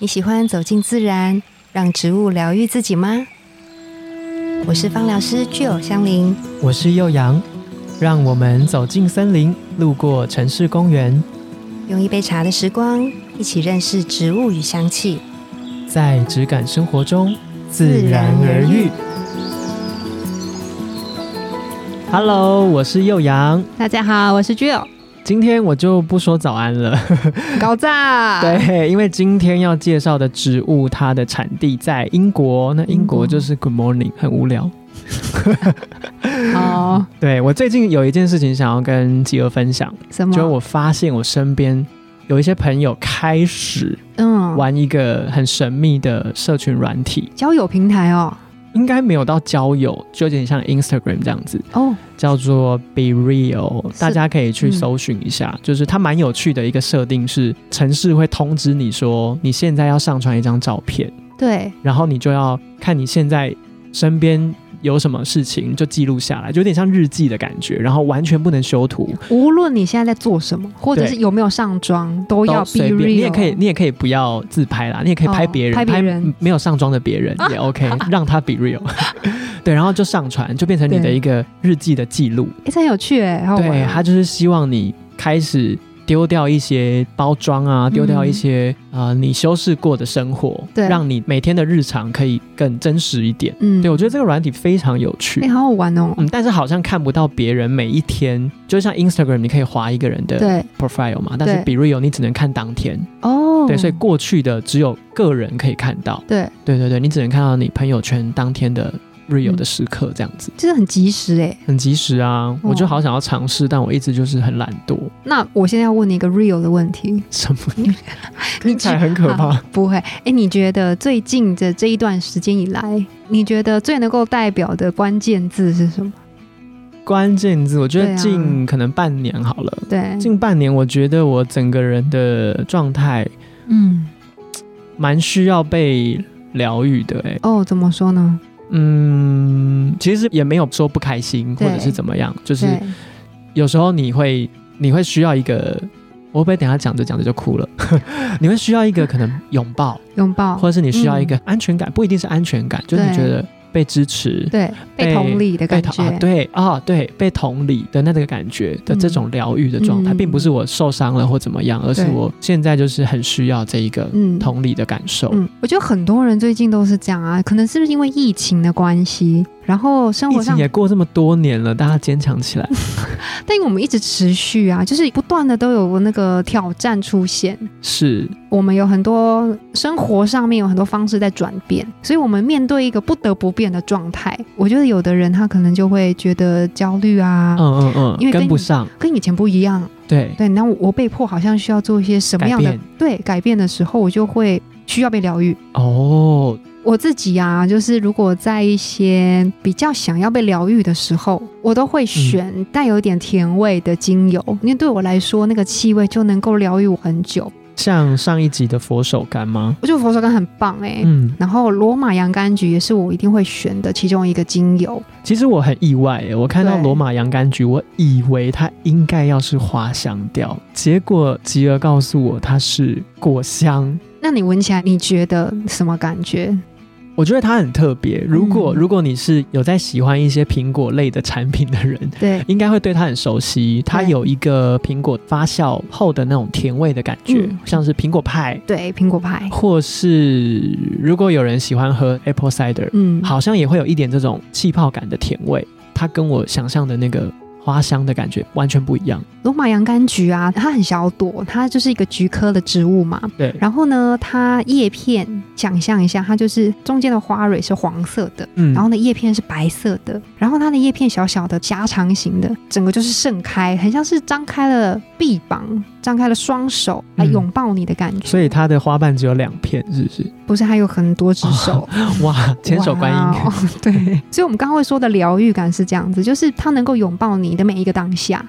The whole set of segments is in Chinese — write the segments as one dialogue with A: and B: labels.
A: 你喜欢走进自然，让植物疗愈自己吗？我是芳疗师具有香林，
B: 我是幼阳，让我们走进森林，路过城市公园，
A: 用一杯茶的时光，一起认识植物与香气。
B: 在质感生活中自然而愈。Hello，我是幼阳，
C: 大家好，我是 Jill。
B: 今天我就不说早安了，
C: 高炸，
B: 对，因为今天要介绍的植物，它的产地在英国，那英国就是 Good morning，很无聊。
C: 哦，
B: 对我最近有一件事情想要跟吉儿分享，
C: 什
B: 就是
C: 么？
B: 我发现我身边有一些朋友开始
C: 嗯，
B: 玩一个很神秘的社群软体，
C: 交友平台哦，
B: 应该没有到交友，就有点像 Instagram 这样子，
C: 哦，
B: 叫做 Be Real，
C: 是
B: 大家可以去
C: 嗯
B: 搜寻一下。就是它蛮有趣的一个设定是，城市会通知你说你现在要上传一张照片，
C: 对，
B: 然后你就要看你现在身边。有什么事情就记录下来，就有点像日记的感觉，然后完全不能修图，
C: 无论你现在在做什么，或者
B: 对
C: 是有没有上妆，都
B: 不
C: 要 be
B: 随
C: real。
B: 便，你也可以，你也可以不要自拍啦，你也可以拍别人，
C: 哦拍别人
B: 嗯没有上妆的别人 也 OK，让他 be real，对， 然后就上传，就变成你的
C: 对
B: 一个日记的记录，
C: 诶，这很有趣哎，好好玩
B: 对，
C: 哦
B: 他就是希望你开始丢掉一些包装啊，丢掉一些呃你修饰过的生活，
C: 嗯对
B: 让你每天的日常可以更真实一点。
C: 嗯
B: 对我觉得这个软体非常有趣
C: 哎，，好好玩哦，
B: 嗯，但是好像看不到别人每一天，就像 Instagram 你可以划一个人的
C: 对，
B: profile 嘛，但是 be
C: 对
B: real 你只能看当天。
C: 哦，
B: 对，所以过去的只有个人可以看到，
C: 对，
B: 对对对，你只能看到你朋友圈当天的
C: 嗯
B: real 的时刻，这样子、
C: 就是很及时哎。
B: 很及时啊。我就好想要尝试，但我一直就是很懒惰，
C: 那我现在要问你一个 real 的问题，
B: 什么
C: 你
B: 听起来很可怕。
C: 不会，哎，你觉得最近的这一段时间以来，你觉得最能够代表的关键字是什么？
B: 关键字，我觉
C: 对
B: 得
C: 啊
B: 近可能半年好了，
C: 对，
B: 近半年我觉得我整个人的状态
C: 嗯，
B: 蛮需要被疗愈的、欸，
C: 哦，怎么说呢？
B: 嗯，其实也没有说不开心或
C: 对
B: 者是怎么样，就是
C: 对，
B: 有时候你会你会需要一个，我会不会等一下讲着讲着就哭了？ 你会需要一个可能拥抱，
C: 拥抱，
B: 或者是你需要一个安全感，不一定是安全感，就是你
C: 哦嗯对
B: 觉得被支持、
C: 对，被同理的
B: 被
C: 感
B: 同
C: 觉，
B: 啊，对啊，对，被同理的那个感觉的这种疗愈的状态，
C: 嗯
B: 并不是我受伤了或怎么样，而是
C: 对
B: 我现在就是很需要这一个
C: 嗯
B: 同理的感受。
C: 嗯，我觉得很多人最近都是这样啊，可能是不是因为疫情的关系，然后生
B: 疫
C: 活
B: 情
C: 上，
B: 也过这么多年了，大家坚强起来。
C: 但我们一直持续啊，就是不断的都有那个挑战出现。
B: 是，
C: 我们有很多生活上面有很多方式在转变，所以我们面对一个不得不变的状态。我觉得有的人他可能就会觉得焦虑啊，
B: 嗯嗯嗯，
C: 因为跟
B: 跟不
C: 你
B: 上，
C: 跟以前不一样，
B: 对，
C: 对，那我我被迫好像需要做一些什么
B: 改
C: 样的
B: 变
C: 对改变的时候，我就会需要被疗愈。
B: 哦，
C: 我自己啊，就是如果在一些比较想要被疗愈的时候，我都会
B: 嗯
C: 选带有一点甜味的精油，因为对我来说，那个气味就能够疗愈我很久。
B: 像上一集的佛手柑吗？
C: 我觉得佛手柑很棒哎、
B: 嗯，
C: 然后罗马洋甘菊也是我一定会选的其中一个精油，
B: 其实我很意外耶，我看到
C: 对
B: 罗马洋甘菊，我以为它应该要是花香调，结果吉儿告诉我它是果香。
C: 那你闻起来你觉得什么感觉？
B: 我觉得它很特别。如果、
C: 嗯
B: 如果你是有在喜欢一些苹果类的产品的人，
C: 对，
B: 应该会对它很熟悉。它
C: 对
B: 有一个苹果发酵后的那种甜味的感觉，
C: 嗯
B: 像是苹果派，
C: 对，苹果派，
B: 或是如果有人喜欢喝 apple cider，
C: 嗯，，
B: 好像也会有一点这种气泡感的甜味，它跟我想象的那个花香的感觉完全不一样。
C: 罗马洋甘菊啊，它很小朵，它就是一个菊科的植物嘛，
B: 对，
C: 然后呢，它叶片想象一下，它就是中间的花蕊是黄色的，
B: 嗯
C: 然后呢叶片是白色的，然后它的叶片小小的狭长型的，整个就是盛开，很像是张开了臂膀，张开了双手来
B: 嗯
C: 拥抱你的感觉。
B: 所以它的花瓣只有两片，是不是？
C: 不是还有很多只手，
B: 哇，千手观
C: 哇 哦
B: 音，
C: 对，所以我们刚刚会说的疗愈感是这样子，就是它能够拥抱你的每一个当下。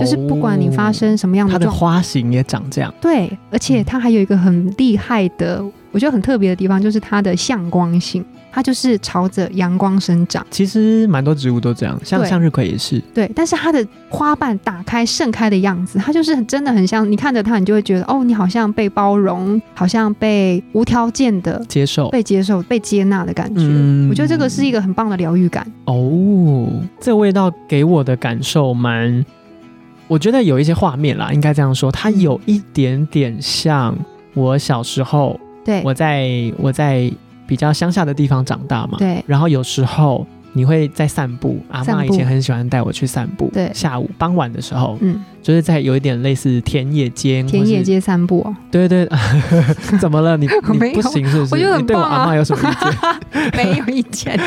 C: 就是不管你发生什么样
B: 哦它
C: 的
B: 的嗯
C: 状
B: 花型也长这样，
C: 对，而且它还有一个很厉害的，我觉得很特别的地方，就是它的向光性，它就是朝着阳光生长。
B: 其实蛮多植物都这样，像
C: 对
B: 向日葵也是，
C: 对，但是它的花瓣打开盛开的样子，它就是很真的很像，你看着它，你就会觉得哦，你好像被包容，好像被无条件的
B: 接受
C: 被接受、被接纳的感觉。
B: 嗯
C: 我觉得这个是一个很棒的疗愈感。
B: 哦，这味道给我的感受蛮，我觉得有一些画面啦，应该这样说，它有一点点像我小时候，
C: 对，
B: 我在我在比较乡下的地方长大嘛，
C: 对，
B: 然后有时候你会在散步，阿
C: 散
B: 妈
C: 步
B: 以前很喜欢带我去散步，
C: 对
B: 下午傍晚的时候，
C: 嗯，
B: 就是在有一点类似田野间，
C: 田野，间散步、 哦，
B: 对对，怎 么了？你
C: 我
B: 你
C: 没有
B: 不行是不是？
C: 我觉得很
B: 你对我
C: 棒啊
B: 阿妈有什么意 见？
C: 没有意见。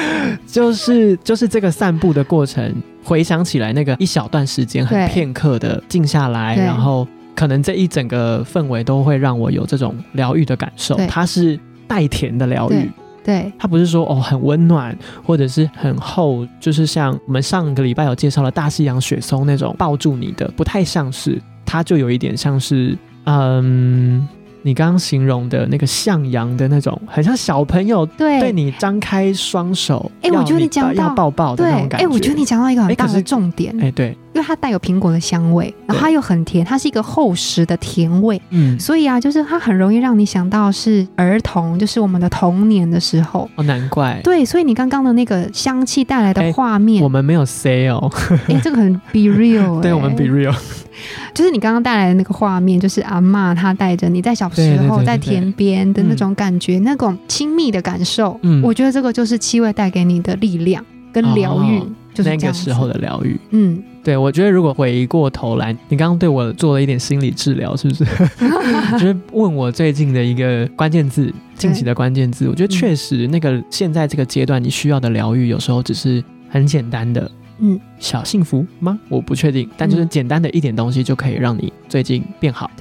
B: 就是就是这个散步的过程，回想起来那个一小段时间很
C: 对
B: 片刻的静下来，
C: 对
B: 然后可能这一整个氛围都会让我有这种疗愈的感受
C: 对。
B: 它是带甜的疗愈
C: 对， 对，
B: 它不是说哦很温暖或者是很厚，就是像我们上个礼拜有介绍的大西洋雪松那种抱住你的，不太像是，它就有一点像是嗯。你刚刚形容的那个向阳的那种，很像小朋友
C: 对，
B: 对你张开双手，
C: 哎我
B: 要
C: 觉得
B: 你
C: 你讲
B: 抱
C: 到
B: 要抱抱的
C: 对，
B: 那种感
C: 哎、我觉得你讲到一个
B: 哎
C: 很
B: 可
C: 大
B: 是
C: 的重点，
B: 哎、对，
C: 因为它带有苹果的香味，然后它又很甜，它是一个厚实的甜味，
B: 嗯，
C: 所以啊，就是它很容易让你想到是儿童，就是我们的童年的时候。
B: 哦，难怪
C: 对，所以你刚刚的那个香气带来
B: 哎
C: 的画面
B: 我，们没有 say 哦，
C: 哎、这个很 be real，、 哎
B: 对我们 be real，
C: 就是你刚刚带来的那个画面，就是阿嬷她带着你在小
B: 对
C: 时
B: 对对
C: 候
B: 对
C: 在
B: 对
C: 田边的那种感觉，那种亲密的感受，
B: 嗯
C: 我觉得这个就是气味带给你的力量跟疗愈，
B: 哦
C: 就是
B: 那
C: 这
B: 个
C: 样子
B: 时候的，疗愈。
C: 嗯，
B: 对，我觉得如果回过头来，你刚刚对我做了一点心理治疗，是不 是？就是问我最近的一个关键字，近期的关键字，我觉得确实那个现在这个阶段你需要的疗愈，有时候只是很简单的，
C: 嗯，
B: 小幸福吗？我不确定，但就是
C: 嗯
B: 简单的一点东西就可以让你最近变好。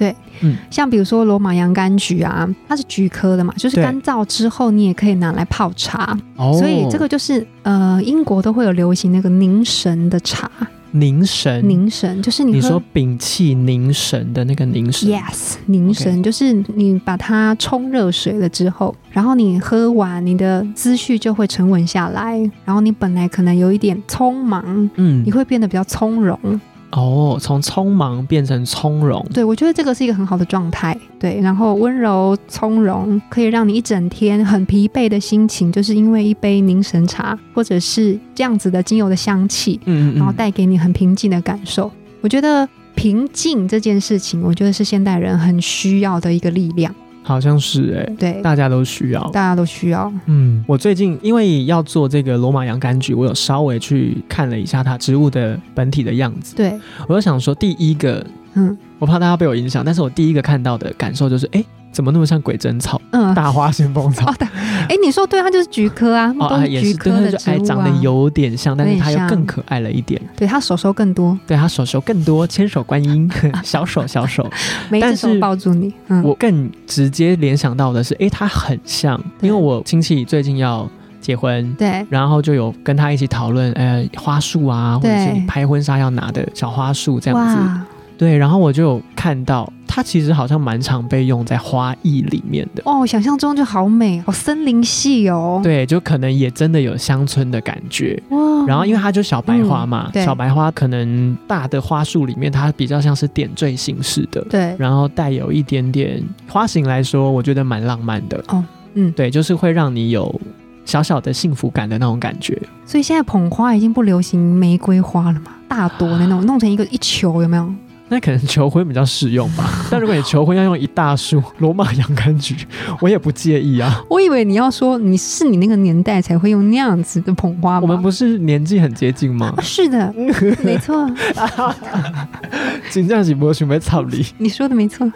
C: 像比如说罗马洋甘菊啊，它是菊科的嘛，就是
B: 对
C: 干燥之后你也可以拿来泡茶，
B: 哦
C: 所以这个就是呃，英国都会有流行那个凝神的茶，
B: 凝神，
C: 凝神就是你
B: 嗯你
C: 喝
B: 说摒弃凝神的那个凝神
C: Yes，凝神就是你把它冲热水了之后，然后你喝完，你的思绪就会沉稳下来，然后你本来可能有一点匆忙，
B: 嗯
C: 你，会变得比较从容。
B: 哦，从匆忙变成从容，
C: 对我觉得这个是一个很好的状态，对，然后温柔从容可以让你一整天很疲惫的心情，就是因为一杯凝神茶或者是这样子的精油的香气，
B: 嗯嗯
C: 然后
B: 嗯，
C: 带给你很平静的感受。我觉得平静这件事情，我觉得是现代人很需要的一个力量。
B: 好像是哎、
C: 对，
B: 大家都需要。
C: 大家都需要。
B: 嗯，我最近因为要做这个罗马洋甘菊，我有稍微去看了一下它植物的本体的样子。
C: 对，
B: 我就想说，第一个，
C: 嗯
B: 我怕大家被我影响，但是我第一个看到的感受就是，哎、怎么那么像鬼针草、
C: 嗯，
B: 大花旋风草
C: 哦？哎、你说对，它就是菊科啊，它
B: 哦，
C: 们都
B: 哎
C: 是
B: 也
C: 菊
B: 是，
C: 科
B: 对，
C: 的植
B: 它就
C: 物啊。
B: 哎长得有点像，但是它
C: 有
B: 又
C: 点像
B: 更可爱了一点。
C: 对它手手更多，
B: 对，它手手更多，千手观音，小手小手。
C: 每一
B: 但
C: 只
B: 是
C: 手抱住你。嗯，
B: 我更直接联想到的是，哎、它很像，因
C: 对
B: 为我亲戚最近要结婚，
C: 对
B: 然后就有跟他一起讨论，呃，花束啊，或者是
C: 对
B: 你拍婚纱要拿的小花束这样子。
C: 哇，
B: 对，然后我就有看到，它其实好像蛮常被用在花艺里面的。
C: 哦，想象中就好美，好森林系哦。
B: 对，就可能也真的有乡村的感觉。
C: 哇，
B: 然后，因为它就小白花嘛
C: 哦嗯，对
B: 小白花可能大的花束里面，它比较像是点缀形式的，
C: 对
B: 然后带有一点点花型来说，我觉得蛮浪漫的。
C: 哦，嗯
B: 对，就是会让你有小小的幸福感的那种感觉。
C: 所以现在捧花已经不流行玫瑰花了嘛，大朵的那 种，弄成一个一球有没有？
B: 那可能求婚比较适用吧。但如果你求婚要用一大束 罗马洋甘菊，我也不介意啊。
C: 我以为你要说你是你那个年代才会用那样子的捧花吧，
B: 我们不是年纪很接近吗
C: 啊？是的，没 错，
B: 金匠喜博准备草梨。
C: 你说的没错，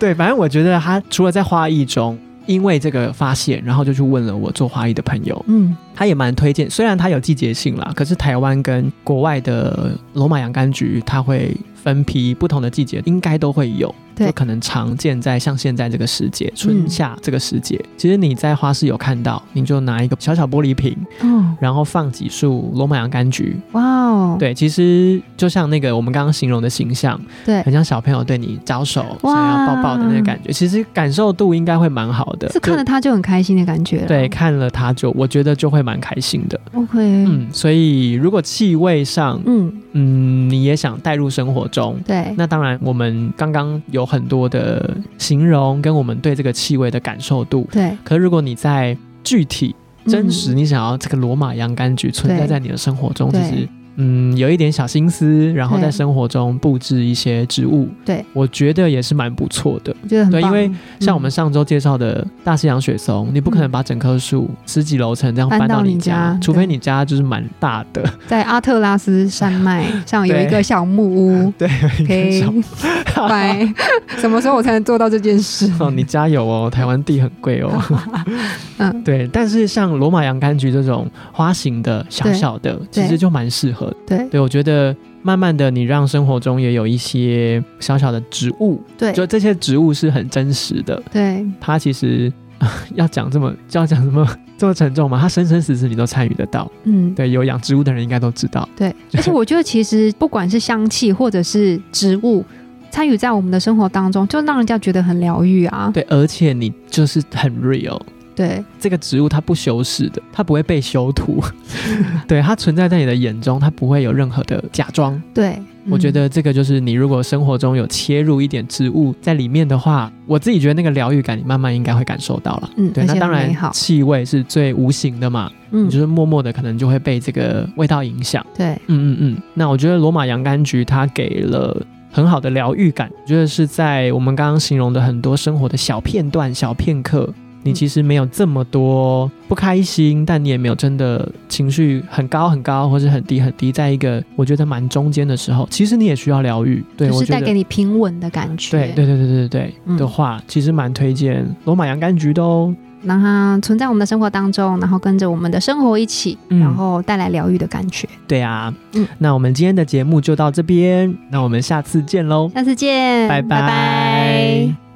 B: 对，反正我觉得他除了在花艺中。因为这个发现，然后就去问了我做花艺的朋友，
C: 嗯，
B: 它也蛮推荐。虽然它有季节性啦，可是台湾跟国外的罗马洋甘菊，它会分批不同的季节，应该都会有。
C: 对
B: 就可能常见在像现在这个时节，春夏这个时节。其实你在花市有看到，你就拿一个小小玻璃瓶，
C: 哦，
B: 然后放几束罗马洋甘菊。
C: 哇哦，
B: 对，其实就像那个我们刚刚形容的形象，
C: 对
B: 很像小朋友对你招手
C: 哇
B: 想要抱抱的那个感觉，其实感受度应该会蛮好的。
C: 是看了
B: 就
C: 他就很开心的感觉了。
B: 对，看了它就我觉得就会蛮开心的。
C: ，OK，
B: 嗯，所以如果气味上，
C: 嗯，
B: 嗯，你也想带入生活中。
C: 对，
B: 那当然，我们刚刚有很多的形容跟我们对这个气味的感受度。
C: 对，
B: 可是如果你在具体真实，
C: 嗯
B: 你想要这个罗马洋甘菊存在
C: 对
B: 在你的生活中，其
C: 对
B: 实嗯有一点小心思，然后
C: 对
B: 在生活中布置一些植物，
C: 对嗯
B: 我觉得也是蛮不错的。
C: 我觉得很
B: 对
C: 棒。
B: 因为像我们
C: 嗯
B: 上周介绍的大西洋雪松，你不可能把整棵树十几楼层这样搬
C: 搬到
B: 到
C: 你
B: 你
C: 家
B: 家，除
C: 对
B: 非你家就是蛮大的，
C: 在阿特拉斯山 脉上有一个小木屋，
B: 对，有一
C: 可
B: 个
C: 以
B: 小
C: 拜。什么时候我才能做到这件事？
B: 哦，你加油 哦，台湾地很贵哦。
C: 嗯，
B: 对，但是像罗马洋甘菊这种花型的小小的，
C: 对
B: 其实就蛮适合的。
C: 对
B: 对，我觉得慢慢的，你让生活中也有一些小小的植物，
C: 对
B: 就这些植物是很真实的。
C: 对
B: 它其实、 要讲这么要讲这么这么沉重吗？它生生死死你都参与得到。
C: 嗯。
B: 对，有养植物的人应该都知道。
C: 对，而且我觉得其实不管是香气或者是植物，参与在我们的生活当中，就让人家觉得很疗愈啊。
B: 对，而且你就是很 real。
C: 对
B: 这个植物它不修饰的，它不会被 修图，对，它存在在你的眼中，它不会有任何的假装。
C: 对，嗯
B: 我觉得这个就是你如果生活中有切入一点植物在里面的话，我自己觉得那个疗愈感，你慢慢应该会感受到了。
C: 嗯
B: 对，
C: 而
B: 那
C: 且
B: 当
C: 很
B: 然
C: 美好，
B: 气味是最无形的嘛，
C: 嗯
B: 你就，是默默的可能就会被这个味道影响。
C: 对
B: 嗯嗯嗯。那我觉得罗马洋甘菊它给了。很好的疗愈感，我觉得是在我们刚刚形容的很多生活的小片段、小片刻，你
C: 嗯
B: 其实没有这么多不开心，但你也没有真的情绪很高很高，或是很低很低，在一个我觉得蛮中间的时候，其实你也需要疗愈。对，
C: 就
B: 我
C: 是
B: 觉
C: 带
B: 得
C: 给你平稳的感觉，
B: 对对对对对对、
C: 嗯
B: 的话，其实蛮推荐罗马洋甘菊的哦。
C: 让它存在我们的生活当中，然后跟着我们的生活一起，
B: 嗯
C: 然后带来疗愈的感觉。
B: 对啊，
C: 嗯
B: 那我们今天的节目就到这边，那我们下次见喽，
C: 下次见，
B: 拜
C: 拜拜